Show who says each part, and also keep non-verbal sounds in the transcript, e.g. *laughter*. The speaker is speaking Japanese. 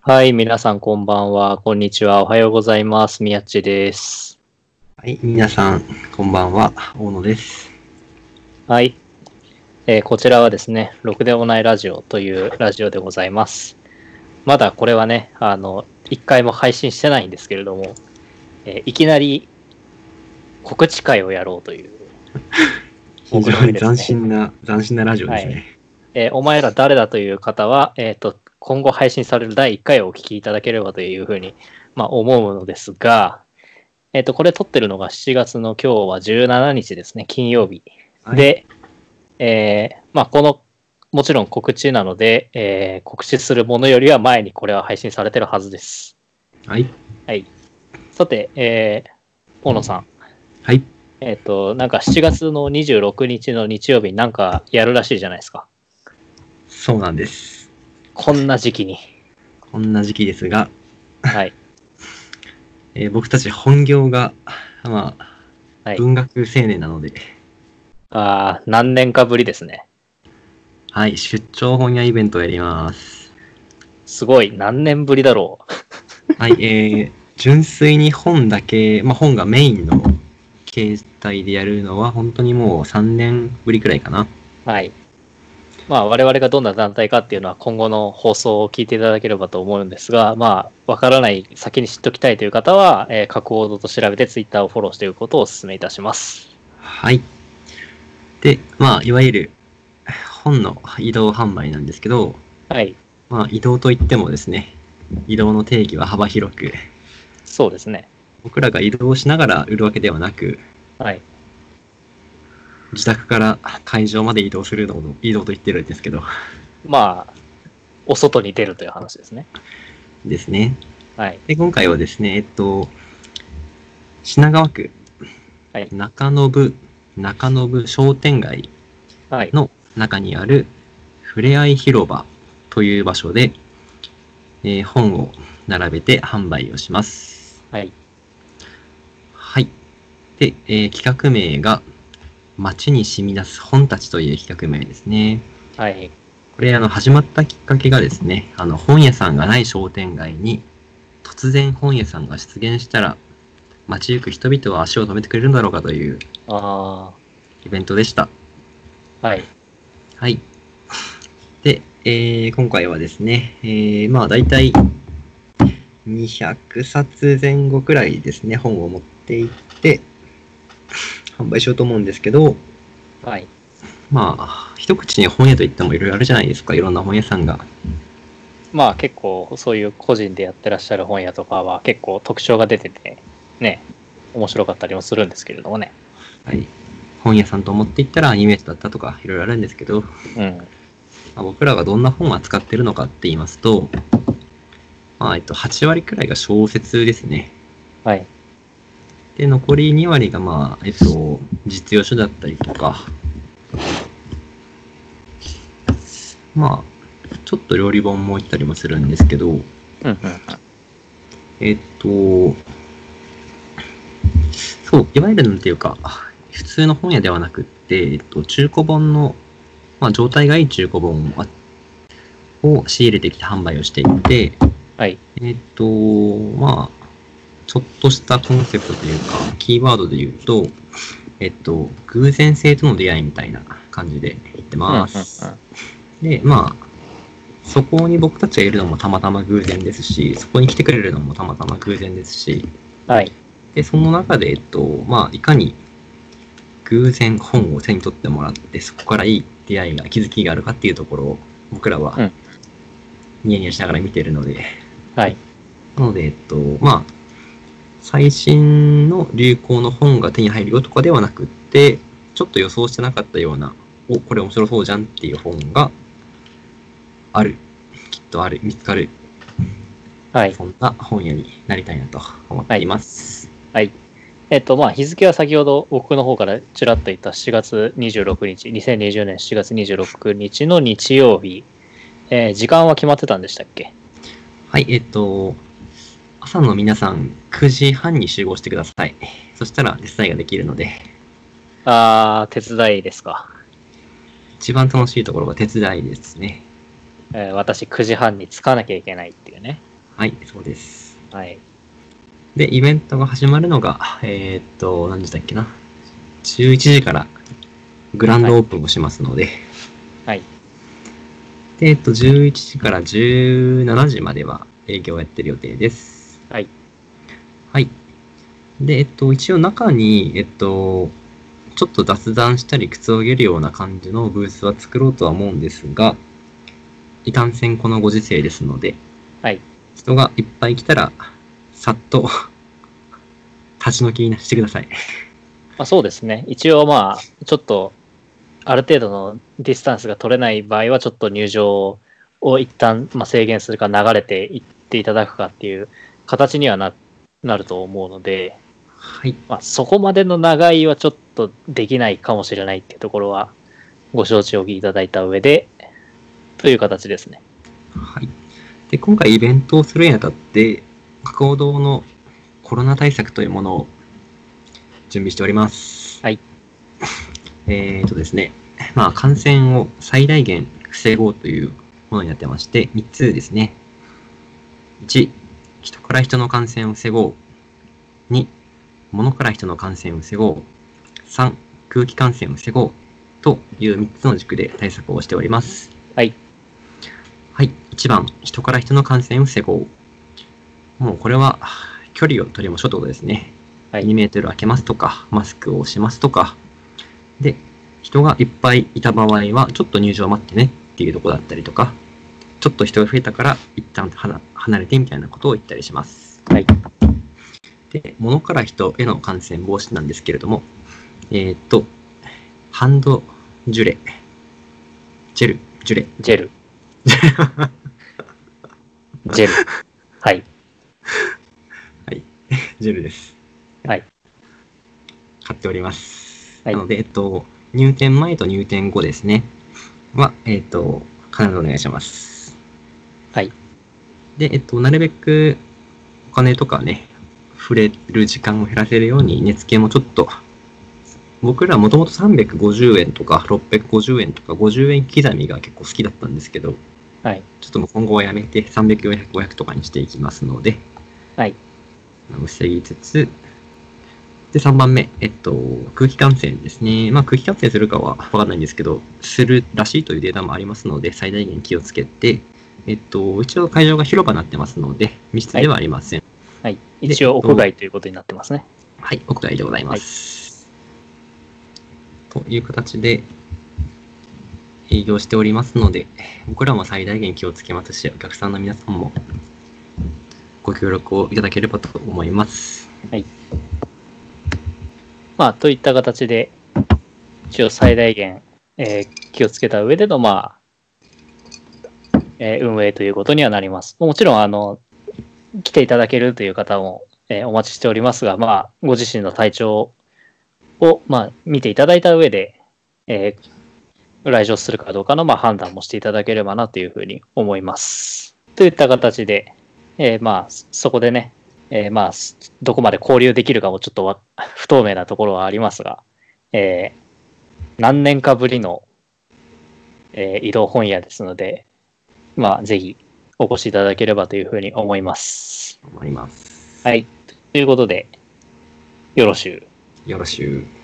Speaker 1: はい、皆さんこんばんは。こんにちは。おはようございます。みやっちです。
Speaker 2: はい、皆さん、こんばんは、大野です。
Speaker 1: はい、えーこちらはですね、ろくでもないラジオというラジオでございます。まだこれはね、あの、一回も配信してないんですけれども、えーいきなり告知会をやろうという、
Speaker 2: 非
Speaker 1: 僕の
Speaker 2: 常
Speaker 1: 方で
Speaker 2: に
Speaker 1: すね
Speaker 2: 斬新な、斬新なラジオですね。
Speaker 1: えーお前ら誰だという方は、えっ、と、今後配信される第1回をお聞きいただければというふうに、まあ、思うのですが、えっ、と、これ撮ってるのが7月の今日は17日ですね、金曜日。
Speaker 2: はい、
Speaker 1: で、えーまあ、この、もちろん告知なので、えー告知するものよりは前にこれは配信されてるはずです。
Speaker 2: はい、
Speaker 1: はい。さて、えー、大野さん。
Speaker 2: はい、
Speaker 1: えっ、と、なんか7月の26日の日曜日になんかやるらしいじゃないですか。
Speaker 2: そうなんです。
Speaker 1: こんな時期
Speaker 2: *laughs*
Speaker 1: に。
Speaker 2: こんな時期ですが、
Speaker 1: はい。
Speaker 2: えー僕たち本業が、まあ、
Speaker 1: はい。
Speaker 2: 文学青年なので、
Speaker 1: ああ、何年かぶりですね。
Speaker 2: はい、出張本屋イベントをやります。
Speaker 1: すごい。何年ぶりだろう。
Speaker 2: はい、えー、 *laughs* 純粋に本だけ、まあ本がメインの形態でやるのは、本当にもう3年ぶりくらいかな。
Speaker 1: はい。まあ、我々がどんな団体かっていうのは今後の放送を聞いていただければと思うんですが、まあ、わからない、先に知っときたいという方は、えー、各報道と調べてツイッターをフォローしていくことをお勧めいたします。
Speaker 2: はい。で、まあ、いわゆる本の移動販売なんですけど、
Speaker 1: はい。
Speaker 2: まあ、移動といってもですね、移動の定義は幅広く、
Speaker 1: そうですね。
Speaker 2: 僕らが移動しながら売るわけではなく、
Speaker 1: はい。
Speaker 2: 自宅から会場まで移動するのを移動と言ってるんですけど、
Speaker 1: まあ、お外に出るという話ですね。
Speaker 2: ですね。
Speaker 1: はい。
Speaker 2: で、今回はですね、えっと、品川区、
Speaker 1: はい
Speaker 2: 中延部、中延部商店街
Speaker 1: はい。
Speaker 2: の中にあるふれあい広場という場所で、えー本を並べて販売をします。
Speaker 1: はい。
Speaker 2: はい。で、えー企画名が、街に染み出す本たちという企画名ですね。
Speaker 1: はい。
Speaker 2: これ、あの、始まったきっかけがですね、あの、本屋さんがない商店街に、突然本屋さんが出現したら、街行く人々は足を止めてくれるんだろうかという
Speaker 1: あ
Speaker 2: イベントでした。
Speaker 1: あ、はい。
Speaker 2: はい。で、えー今回はですね、えーまあ大体200冊前後くらいですね、本を持っていって、販売しようと思うんですけど、
Speaker 1: はい。
Speaker 2: まあ、一口に本屋といってもいろいろあるじゃないですか、いろんな本屋さんが。
Speaker 1: まあ結構そういう個人でやってらっしゃる本屋とかは結構特徴が出ててね面白かったりもするんですけれどもね
Speaker 2: はい。本屋さんと思っていったらアニメートだったとかいろいろあるんですけど、ま
Speaker 1: うん
Speaker 2: あ僕らがどんな本を扱ってるのかって言いますと、まあ、えっと、8割くらいが小説ですね。
Speaker 1: はい
Speaker 2: で、残り2割が、まあ、えっと、実用書だったりとか、まあ、ちょっと料理本も行ったりもするんですけど、
Speaker 1: うんうん
Speaker 2: えっと、そう、いわゆるなんていうか、普通の本屋ではなくって、えっと、中古本の、まあ、状態がいい中古本をあを仕入れてきて販売をしていて、
Speaker 1: はい
Speaker 2: えっと、まあ、ちょっとしたコンセプトというか、キーワードで言うと、えっと、偶然性との出会いみたいな感じで言ってます。で、まあ、そこに僕たちがいるのもたまたま偶然ですし、そこに来てくれるのもたまたま偶然ですし、
Speaker 1: はい
Speaker 2: で、その中で、えっと、まあ、いかに偶然本を手に取ってもらって、そこからいい出会いが、気づきがあるかっていうところを、僕ら
Speaker 1: うん
Speaker 2: は、ニヤニヤしながら見てるので、
Speaker 1: はい
Speaker 2: なので、えっと、まあ、最新の流行の本が手に入るよとかではなくって、ちょっと予想してなかったような、お、これ面白そうじゃんっていう本がある。きっとある。見つかる。
Speaker 1: はい
Speaker 2: そんな本屋になりたいなと思っています。
Speaker 1: はいえっとまあ日付は先ほど僕の方からちらっと言った7月26日2020年7月26日の日曜日、えー時間は決まってたんでしたっけ
Speaker 2: はい、えっと、朝の皆さん9時半に集合してください。そしたら手伝いができるので、
Speaker 1: ああ手伝いですか、
Speaker 2: 一番楽しいところは手伝いですね。
Speaker 1: えー私9時半に着かなきゃいけないっていうね
Speaker 2: はい、そうです。
Speaker 1: はい。
Speaker 2: で、イベントが始まるのが、えーっと、何時だっけな。11時からグランドオープンをしますので、
Speaker 1: はい。
Speaker 2: で、えっと、11時から17時までは営業をやってる予定です。
Speaker 1: はい。
Speaker 2: はい。で、えっと、一応中に、えっと、ちょっと雑談したり、くつろげるような感じのブースは作ろうとは思うんですが、いかんせんこのご時世ですので、
Speaker 1: はい。
Speaker 2: 人がいっぱい来たら、さっと、立ち退きしてください。
Speaker 1: まあ、そうですね。一応まあ、ちょっと、ある程度のディスタンスが取れない場合は、ちょっと入場を一旦、まあ、制限するか流れていっていただくかっていう形にはななると思うので、
Speaker 2: はい。
Speaker 1: まあ、そこまでの長いはちょっとできないかもしれないっていうところは、ご承知おきいただいた上で、という形ですね。
Speaker 2: はい、で今回イベントをするにあたって博報堂のコロナ対策というものを準備しております。
Speaker 1: はい。
Speaker 2: *laughs* えーとですね、まあ感染を最大限防ごうというものになってまして、3つですね。1、人から人の感染を防ごう。2、物から人の感染を防ごう。3、空気感染を防ごう。という3つの軸で対策をしております。
Speaker 1: はい。
Speaker 2: はい。1番、人から人の感染を防ごう。もうこれは、距離を取りましょうってことですね。
Speaker 1: はい
Speaker 2: 2メートル空けますとか、マスクをしますとか。で、人がいっぱいいた場合は、ちょっと入場待ってねっていうとこだったりとか、ちょっと人が増えたから、一旦はな離れてみたいなことを言ったりします。
Speaker 1: はい。
Speaker 2: で、物から人への感染防止なんですけれども、えーっと、ハンドジュレ、ジェル、ジュレ、
Speaker 1: ジェル。ジェル。はい。
Speaker 2: ジェルです。
Speaker 1: はい。
Speaker 2: 買っております。
Speaker 1: はい
Speaker 2: なので、えっと、入店前と入店後ですね。は、えっと、必ずお願いします。
Speaker 1: はい。
Speaker 2: で、えっと、なるべくお金とかね、触れる時間を減らせるように、値付けもちょっと、僕らもともと350円とか650円とか50円刻みが結構好きだったんですけど、
Speaker 1: はい。
Speaker 2: ちょっともう今後はやめて300、400、500とかにしていきますので、
Speaker 1: はい。
Speaker 2: 防ぎつつ、で、3番目、えっと、空気感染ですね。まあ、空気感染するかは分かんないんですけど、するらしいというデータもありますので、最大限気をつけて、えっと、一応会場が広場になってますので、密室ではありません。
Speaker 1: はい。一応、屋外ということになってますね。
Speaker 2: はい、屋外でございます。という形で営業しておりますので、僕らも最大限気をつけますし、お客さんの皆さんもご協力をいただければと思います。
Speaker 1: まあ、といった形で、一応最大限、えー気をつけた上での、まあ、えー運営ということにはなります。もちろん、あの、来ていただけるという方も、えーお待ちしておりますが、まあ、ご自身の体調を、まあ、見ていただいた上で、えー来場するかどうかの、まあ、判断もしていただければなというふうに思います。といった形で、えーまあ、そこでね、えーまあ、すどこまで交流できるかもちょっとわ不透明なところはありますが、えー何年かぶりの、えー移動本屋ですので、まあ、ぜひお越しいただければというふうに思います。
Speaker 2: 思います。
Speaker 1: はい。ということで、よろしゅう。
Speaker 2: よろしゅう。